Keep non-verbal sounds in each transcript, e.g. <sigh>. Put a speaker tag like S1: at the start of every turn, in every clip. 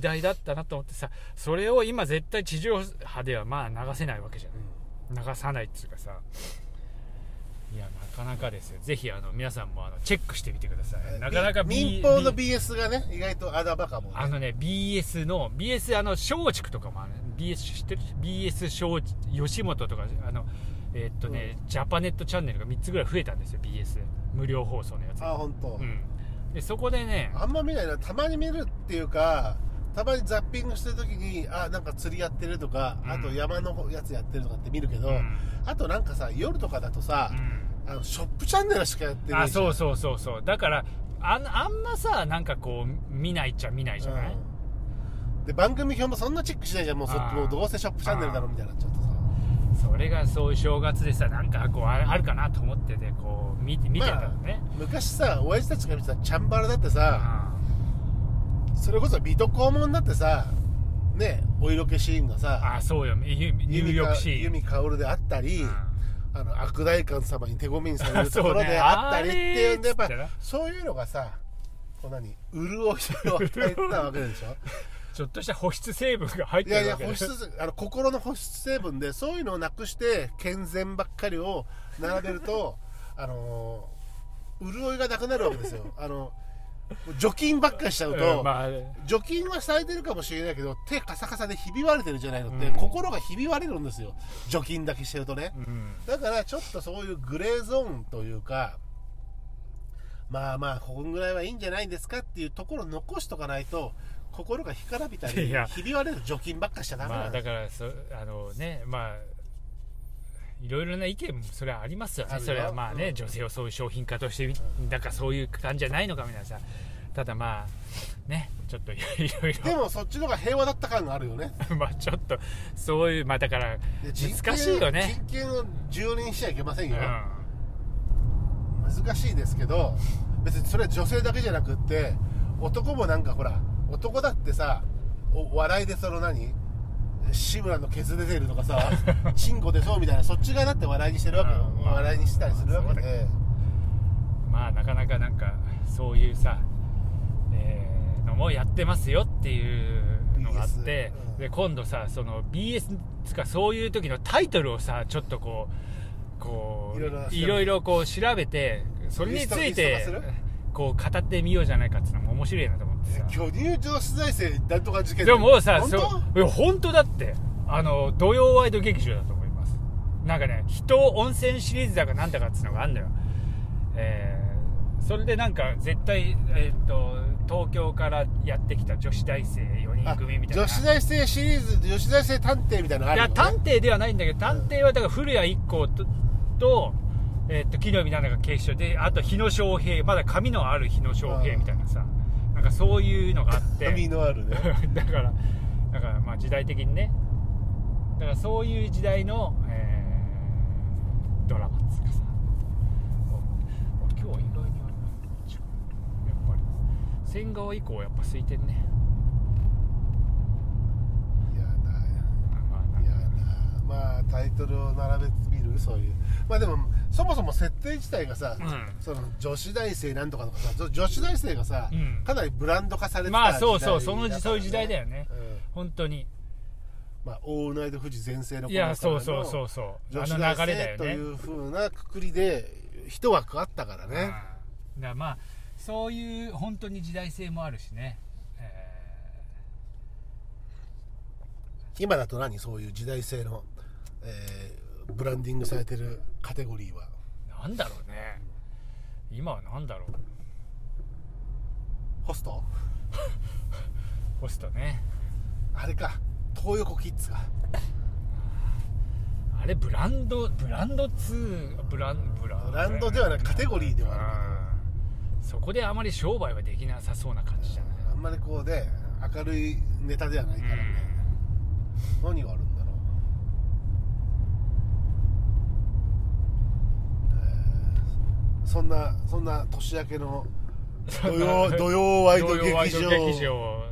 S1: 代だったなと思ってさそれを今絶対地上波ではまあ流せないわけじゃない流さないっていうかさいやなかなかですよぜひあの皆さんもあのチェックしてみてくださいなかなか B-
S2: 民放の
S1: B-
S2: BS がね意外とあだバカもんね
S1: あのね BS の BS あの松竹とかもある BS 知ってる BS 松竹吉本とかあのえっとね、ジャパネットチャンネルが3つぐらい増えたんですよ BS 無料放送のやつ
S2: あ本当、
S1: うんでそこでね
S2: あんま見ないなたまに見るっていうかたまにザッピングしてる時にあなんか釣りやってるとか、
S1: うん
S2: あと山のやつやってるとかって見るけど、
S1: うん
S2: あとなんかさ夜とかだとさ、あのショップチャンネルしかやってない
S1: あそうそうそうそうだからあんあんまさなんかこう見ないっちゃ見ないじゃない、
S2: うんで番組表もそんなチェックしないじゃんもうそ
S1: あー
S2: もうどうせショップチャンネルだろみたいになっちゃってさ
S1: それがそういう正月でさなんかこうああるかなと思っててこう見て見てたのね、
S2: 昔さ親父たちが見てたチャンバラだってさ、
S1: うん
S2: それこそ水戸黄門だってさねお色気シーンがさ
S1: あそうよゆ入浴シーン
S2: 由美かおるであったり、
S1: うん
S2: あの悪代官様に手ごみにされる
S1: そ
S2: と
S1: うね
S2: ころであったりっていうんで、やっ
S1: あ
S2: ぱ
S1: れーっつって
S2: そういうのがさこう何潤いを与えてたわけでしょ
S1: ちょっとした保湿成分が入っ
S2: い
S1: て
S2: やい
S1: るわ
S2: や
S1: けで
S2: 保湿あの心の保湿成分でそういうのをなくして健全ばっかりを並べるとあのー潤いがなくなるわけですよあの除菌ばっかりしちゃうと、
S1: うんまあ、
S2: 除菌はされてるかもしれないけど手カサカサでひび割れてるじゃないのって、
S1: うん
S2: 心がひび割れるんですよ除菌だけしてるとね、
S1: うん
S2: だからちょっとそういうグレーゾーンというかまあまあこんぐらいはいいんじゃないんですかっていうところを残しとかないと心が干からびたり
S1: いや
S2: ひび割れる除菌ばっかしちゃダメ
S1: ま
S2: な
S1: あ
S2: んで
S1: だ
S2: す
S1: からそあのねまあいろいろな意見もそれはありますよ
S2: あ
S1: ね
S2: るよ
S1: それはまあね、
S2: うん
S1: 女性をそういう商品化としてだからそういう感じじゃないのかみたいなさただまあねちょっといろい
S2: でもそっちの方が平和だった感があるよね
S1: ろ <laughs> まあちょっとそういうまあだから
S2: で
S1: 難しいよね
S2: 人権を蹂躙しちゃいけません
S1: う
S2: よ、
S1: ん
S2: 難しいですけど別にそれは女性だけじゃなくって男もなんかほら男だってさお笑いでその何志村のケツ出てると
S1: <laughs>
S2: かさチンコ出そうみたいなそっち側だって笑いにしてるわけよ
S1: うんまあ
S2: 笑いにしたりするわけ
S1: そうだ
S2: で
S1: まあなかなかなんかそういうさ、えーのもやってますよっていうのがあって、
S2: BS うん
S1: で今度さその BS つかそういう時のタイトルをさちょっとこうこう
S2: いろいろ
S1: いろいろ
S2: 調べて
S1: こう調べてそれについ
S2: リ
S1: て
S2: ストリスト化する
S1: こう語ってみようじゃないかっていうのも面白いなと思ってさ
S2: 巨乳女子大生なんとか事件
S1: でももうさ
S2: 本
S1: そ
S2: 当
S1: ういや本当だってあの土曜ワイド劇場だと思いますなんかね人温泉シリーズだかなんだかっつうのがあんだよえーそれでなんか絶対えーっ、と東京からやってきた女子大生4
S2: あ
S1: 人組みたいな
S2: 女子大生シリーズ女子大生探偵みたいなのあ
S1: い
S2: るよ、
S1: や
S2: ね、
S1: 探偵ではないんだけど探偵はだから古谷一行とと,、えーっと木の実奈々が警視庁であと日野翔平まだ髪のある日野翔平みたいなさなんかそういうのがあって
S2: 髪のあるね
S1: <laughs> だからだからまあ時代的にねだからそういう時代の、えードラマっつうかさもう今日は意外にあれだやっぱり千川以降やっぱ空いてんね
S2: いやだ
S1: まあなん
S2: い
S1: か
S2: やなまあタイトルを並べてみるそういうまあでもそもそも設定自体がさ、
S1: うん
S2: その女子大生なんとかとかさそ女子大生がさ、
S1: うん
S2: かなりブランド化されてた
S1: まあそうそう
S2: 時代だから
S1: その
S2: ね
S1: 時そういう時代だよね
S2: うん
S1: 本当に
S2: まあ、オールナイト富士全盛の
S1: い
S2: 頃からの
S1: やそうそうそうそう
S2: 女
S1: あ
S2: 子
S1: の
S2: 大
S1: 流れだ
S2: 生
S1: よ
S2: と
S1: ね
S2: いうふうなくくりで一枠あったから
S1: うんだ
S2: ね
S1: からまあそういう本当に時代性もあるしね、え
S2: 今だと何そういう時代性の、えーブランディングされてるカテゴリーは
S1: ーなんだろうね今はなんだろう
S2: ホスト
S1: ホストね
S2: あれか東横キッズか
S1: あれブランドブランド2ブランブラ
S2: ブランドではないカテゴリーではあるけど
S1: うんそこであまり商売はできなさそうな感じじゃない、
S2: あんまりこうで明るいネタではないからね、何があるんだろうえーそんなそんな年明けの土
S1: <laughs>
S2: 曜土曜ワイド劇
S1: 土曜
S2: 場
S1: ワイド劇場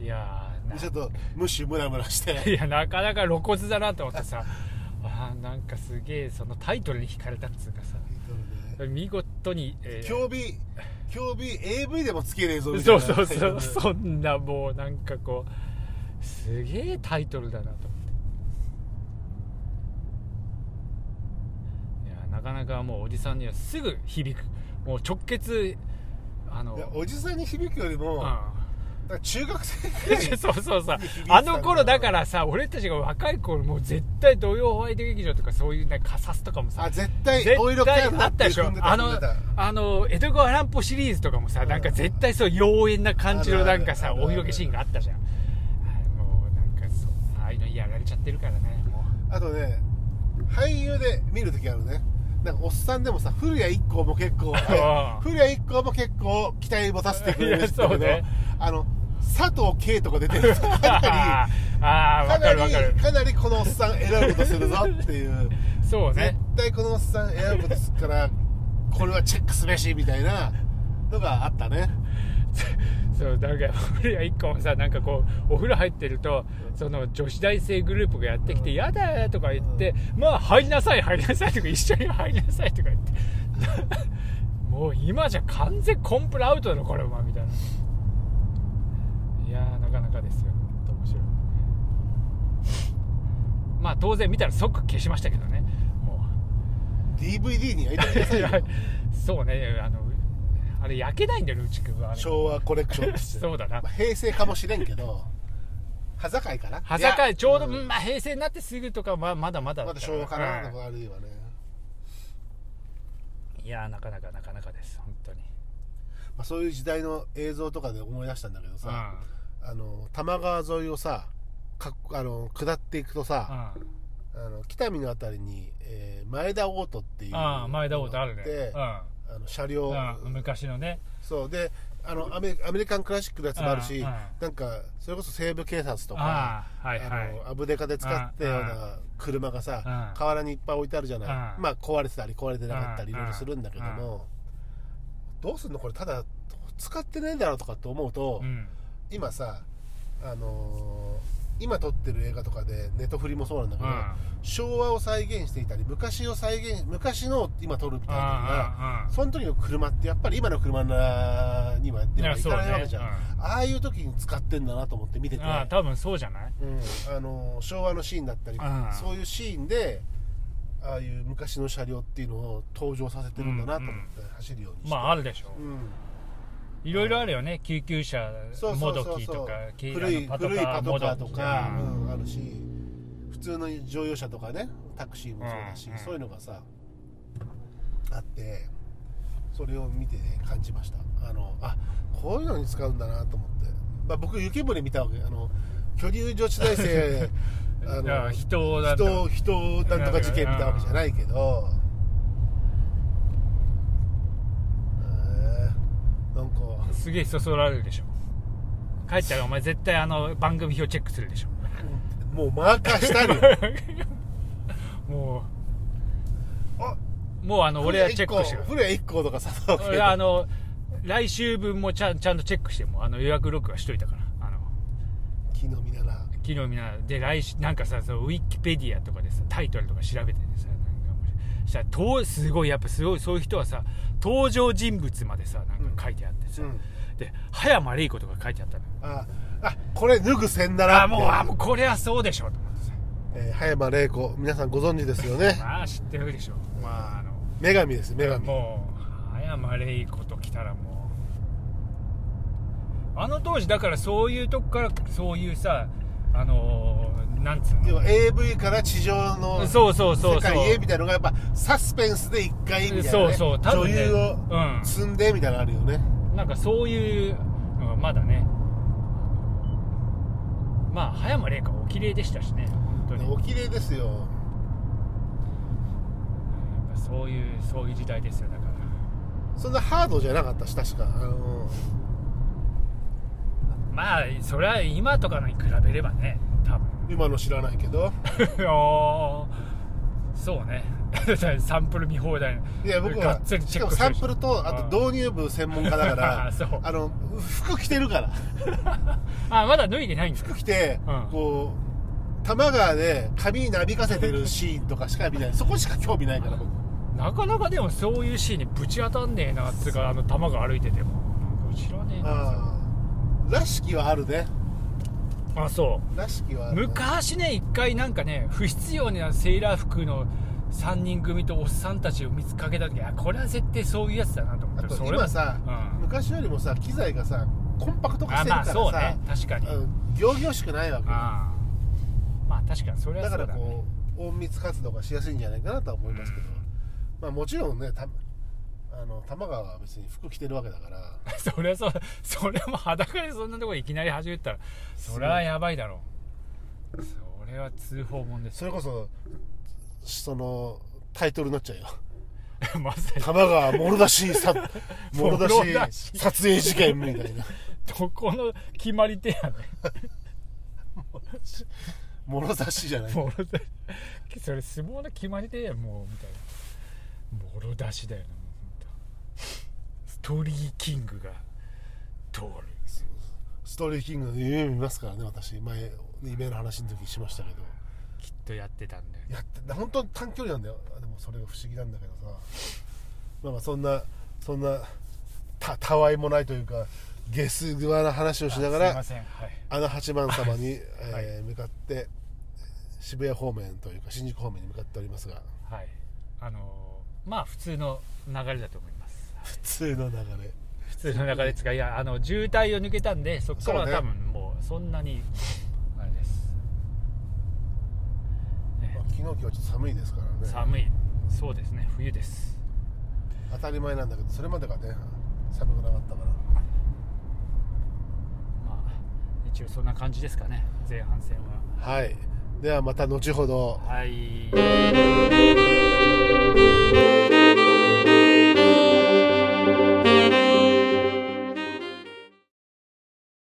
S1: いやー
S2: ちょっと無視ムラムラして
S1: ないやなかなか露骨だなと思ってさあーなんかすげえそのタイトルに惹かれたっつうかさ見事に、えー
S2: 競技興味 AV でもつけねえぞみたい
S1: そう
S2: な
S1: そうそう
S2: う
S1: そんなもうなんかこうすげえタイトルだなと思っていやなかなかもうおじさんにはすぐ響くもう直結あの
S2: いやおじさんに響くよりも、なんか中学生
S1: <laughs>
S2: くらい
S1: うん、そうそうさ
S2: 響いてた
S1: あ
S2: んだな
S1: の頃だからさ俺たちが若い頃もう絶対土曜ホワイト劇場とかそういうなんかカサスとかもさ
S2: あ絶対お色
S1: 絶対
S2: 気ある
S1: あ
S2: な
S1: っ
S2: って
S1: たでし
S2: 踏
S1: ょ
S2: んでた
S1: あ
S2: 踏ん
S1: の
S2: でた
S1: あの江戸川乱歩シリーズとかもさなんか絶対そう妖艶な感じのなんかさ
S2: あるあるあ
S1: お
S2: るある
S1: 色気シーンがあったじゃんはいもうなんかそうああいうのやられちゃってるからねも
S2: あとね俳優で見るときあるねなんかおっさんでもさ古谷一行も結構
S1: <laughs> あー
S2: 古谷一行も結構期待持たせてくれるんですけ
S1: いやそ
S2: ど、
S1: うね
S2: あの佐藤圭とか出
S1: <laughs>
S2: てるかな
S1: ああ
S2: り
S1: 分かる
S2: か
S1: 分か
S2: な
S1: る
S2: りかなりこのおっさん選ぶことするぞっていう
S1: そう
S2: 絶
S1: ね
S2: 対このおっさん選ぶことするからこれはチェックすべしみたいなのがあったね
S1: そうだから俺は一個もさなんかこうお風呂入ってるとその女子大生グループがやってきて「やだ」とか言って「まあ入りなさい入りなさい」とか「一緒に入りなさい」とか言ってもう今じゃ完全コンプラアウトだろこれはみたいないやーなかなかですよ本当面白いまあ当然見たら即消しましたけどねも
S2: DVD に焼いてくだ
S1: う
S2: さ
S1: い <laughs>
S2: いよ
S1: やそうねあのあれ焼けないんだよねうちくんはあれ
S2: 昭和コレクションって
S1: そうだな
S2: まあ平成かもしれんけど羽境かな
S1: はさかいちょうど、まあ、平成になってすぐとかはまだまだ
S2: まだ昭和かなと
S1: うん
S2: かあるいはね、
S1: いやーなかなかなかなかです本当に
S2: まあ、そういう時代の映像とかで思い出したんだけどさ、あの多摩川沿いをさかっあの下っていくとさ、
S1: うんうん
S2: あの北見のあたりに、えー前田オートっていう
S1: ああ前田王とあるね
S2: で
S1: う
S2: あの車両、
S1: ん、うん、昔のね
S2: そうであのアメアメリカンクラシックのやつもあるし、
S1: うんうん
S2: なんかそれこそ西部警察とか
S1: ああはいはい
S2: あのアブデカで使ってたような車がさ、
S1: うん
S2: 河原にいっぱい置いてあるじゃない、
S1: うん
S2: まあ壊れてたり壊れてなかった
S1: う
S2: りい
S1: ん
S2: ろいろするんだけども、どうすんのこれただ使ってねえだろうとかって思うと、
S1: うん
S2: 今さあのー今撮ってる映画とかでネットフリもそうなんだけ
S1: う
S2: ど、
S1: んあ
S2: 昭和を再現していたり昔を再現昔のを今撮るみたいなのが
S1: あ
S2: その時の車ってやっぱり今の車なにはではいかないわけじゃん、
S1: いやそう
S2: ああいう時に使ってんだなと思って見てて、
S1: ああ多分そうじゃない
S2: うん、あの昭和のシーンだったり、
S1: うん
S2: そういうシーンでああいう昔の車両っていうのを登場させてるんだなと思って走るようにして、
S1: まああるでしょ
S2: うん
S1: いろいろあるよね救急車
S2: そうそ
S1: も
S2: う
S1: ど
S2: そう
S1: き
S2: そ
S1: と
S2: う
S1: かけ
S2: 古い
S1: あの
S2: 古いパトカーと
S1: もどき
S2: か、
S1: うん
S2: うんあるし普通の乗用車とかねタクシーもそうだし、
S1: うんうん
S2: そういうのがさあってそれを見て、ね、感じましたあのあこういうのに使うんだなと思って、まあ、僕雪舟見たわけあの居留女子大
S1: <laughs>
S2: 生あ
S1: だから
S2: の
S1: 人をなんだ
S2: 人人なんとか事件見たわけじゃないけどえーなんか
S1: すげえそそられるでしょ帰ったらお前絶対あの番組表チェックするでしょ
S2: もうマーカーしたるよ
S1: <laughs> も
S2: あ
S1: うもうあの俺はチェックしてる
S2: 古谷一行とかさ
S1: 俺あの来週分もちゃんちゃんとチェックしてもうあの予約録はしといたからあの
S2: 昨日見なら
S1: 昨日みんなで来週なんかさそのウィキペディアとかでさタイトルとか調べててさなんかもうしたらとすごいやっぱすごいそういう人はさ登場人物までさなんか書いてあってさ、
S2: うん
S1: で葉山玲子とか書いてあったのよ
S2: ああこれ脱ぐせんだら
S1: あもうあもうこれはそうでしょと思ってさ
S2: えー葉山玲子皆さんご存知ですよね
S1: まあ知ってるでしょまああの
S2: 女神です女神
S1: もう謝れいこと来たらもうあの当時だからそういうとこからそういうさあのーなんつう
S2: 要
S1: の
S2: は AV から地上の
S1: そうそうそうそう
S2: 世界へみたいなのがやっぱサスペンスで一回みたいな、
S1: そ
S2: ね、
S1: うそう多
S2: 女
S1: 分ね
S2: 優を
S1: うん
S2: 積んでみたいなのあるよね、
S1: なんかそういうのがまだねまあ葉山麗子はお綺麗でしたしね本当にやっ
S2: お綺麗ですよ
S1: ぱそういうそういう時代ですよだから
S2: そんなハードじゃなかったし確かあの
S1: まあそれは今とかのに比べればね多分
S2: 今の知らないけ
S1: <laughs>
S2: ど
S1: あーそうね <laughs> サンプル見放題
S2: いや僕
S1: が
S2: は
S1: っつり
S2: し
S1: チェッ
S2: かも
S1: クす
S2: サ
S1: る
S2: ンプルとあと導入部専門家だから
S1: あ <laughs> そう
S2: あの服着てるから
S1: あまだ脱いでないんですか
S2: 服着て、
S1: うん
S2: こう多摩川で髪なびかせてるシーンとかしか見ないそこしか興味ないから僕
S1: なかなかでもそういうシーンにぶち当たんねえなっつうかあの弾が歩いててもなんか後ろねえな
S2: あーらしきはあるね
S1: あそ
S2: らしきはあ
S1: う
S2: る、ね、
S1: 昔ね一回なんかね不必要なセーラー服の3人組とおっさんたちを見つかけた時あこれは絶対そういうやつだなと思
S2: あ
S1: って
S2: と
S1: それ
S2: 今さ、
S1: うん
S2: 昔よりもさ機材がさコンパクト化し
S1: あ
S2: てるか
S1: ま
S2: ら
S1: あ
S2: さ、
S1: そうね確かに、
S2: うん行々しくないわけ
S1: ああまあ確かにそれは
S2: だ
S1: そ
S2: か
S1: うだ、
S2: ら
S1: ね、
S2: こう隠密活動がしやすいんじゃないかなとは思いますけど、
S1: うん
S2: まあもちろんねたあの玉川は別に服着てるわけだから
S1: <laughs> そりゃそうだそれも裸でそんなとこいきなり始めたらそれはやばいだろうそれは通報もんです
S2: それこそそのタイトルになっち
S1: <laughs>
S2: ゃうよ
S1: まさに
S2: 玉川もろ出
S1: <laughs>
S2: しさもろ
S1: もろ出
S2: 出
S1: し
S2: し撮影事件みた
S1: <laughs>
S2: いな
S1: どこの決まり手やね
S2: もろ出しじゃない
S1: もろだそれ相撲の決まり手やもうみたいなもろ出しだよねもうほんとストーリーキングが通る
S2: ストーリーキングの夢見ますからね私前夢の話の時にしましたけど
S1: きっとやってたんだよね
S2: やって本当に短距離なんだよでもそれが不思議なんだけどさまあまあそんなそんなたたわいもないというかゲス際な話をしなが
S1: あ
S2: ら
S1: すいませんはい
S2: あの八幡様に、
S1: <laughs> はい
S2: えー向かって渋谷方面というか新宿方面に向かっておりますが
S1: はいあのーまあ普通の流れだと思います
S2: 普通の流れ
S1: 普通の中ですがいやあの渋滞を抜けたんでそこからは
S2: そうね
S1: 多分もうそんなにあれです、
S2: まあ昨日今日ちょっと寒いですからね
S1: 寒いそうですね冬です
S2: 当たり前なんだけどそれまでがね寒くなかったから
S1: まあ一応そんな感じですかね前半戦は
S2: はいではまた後ほど
S1: はい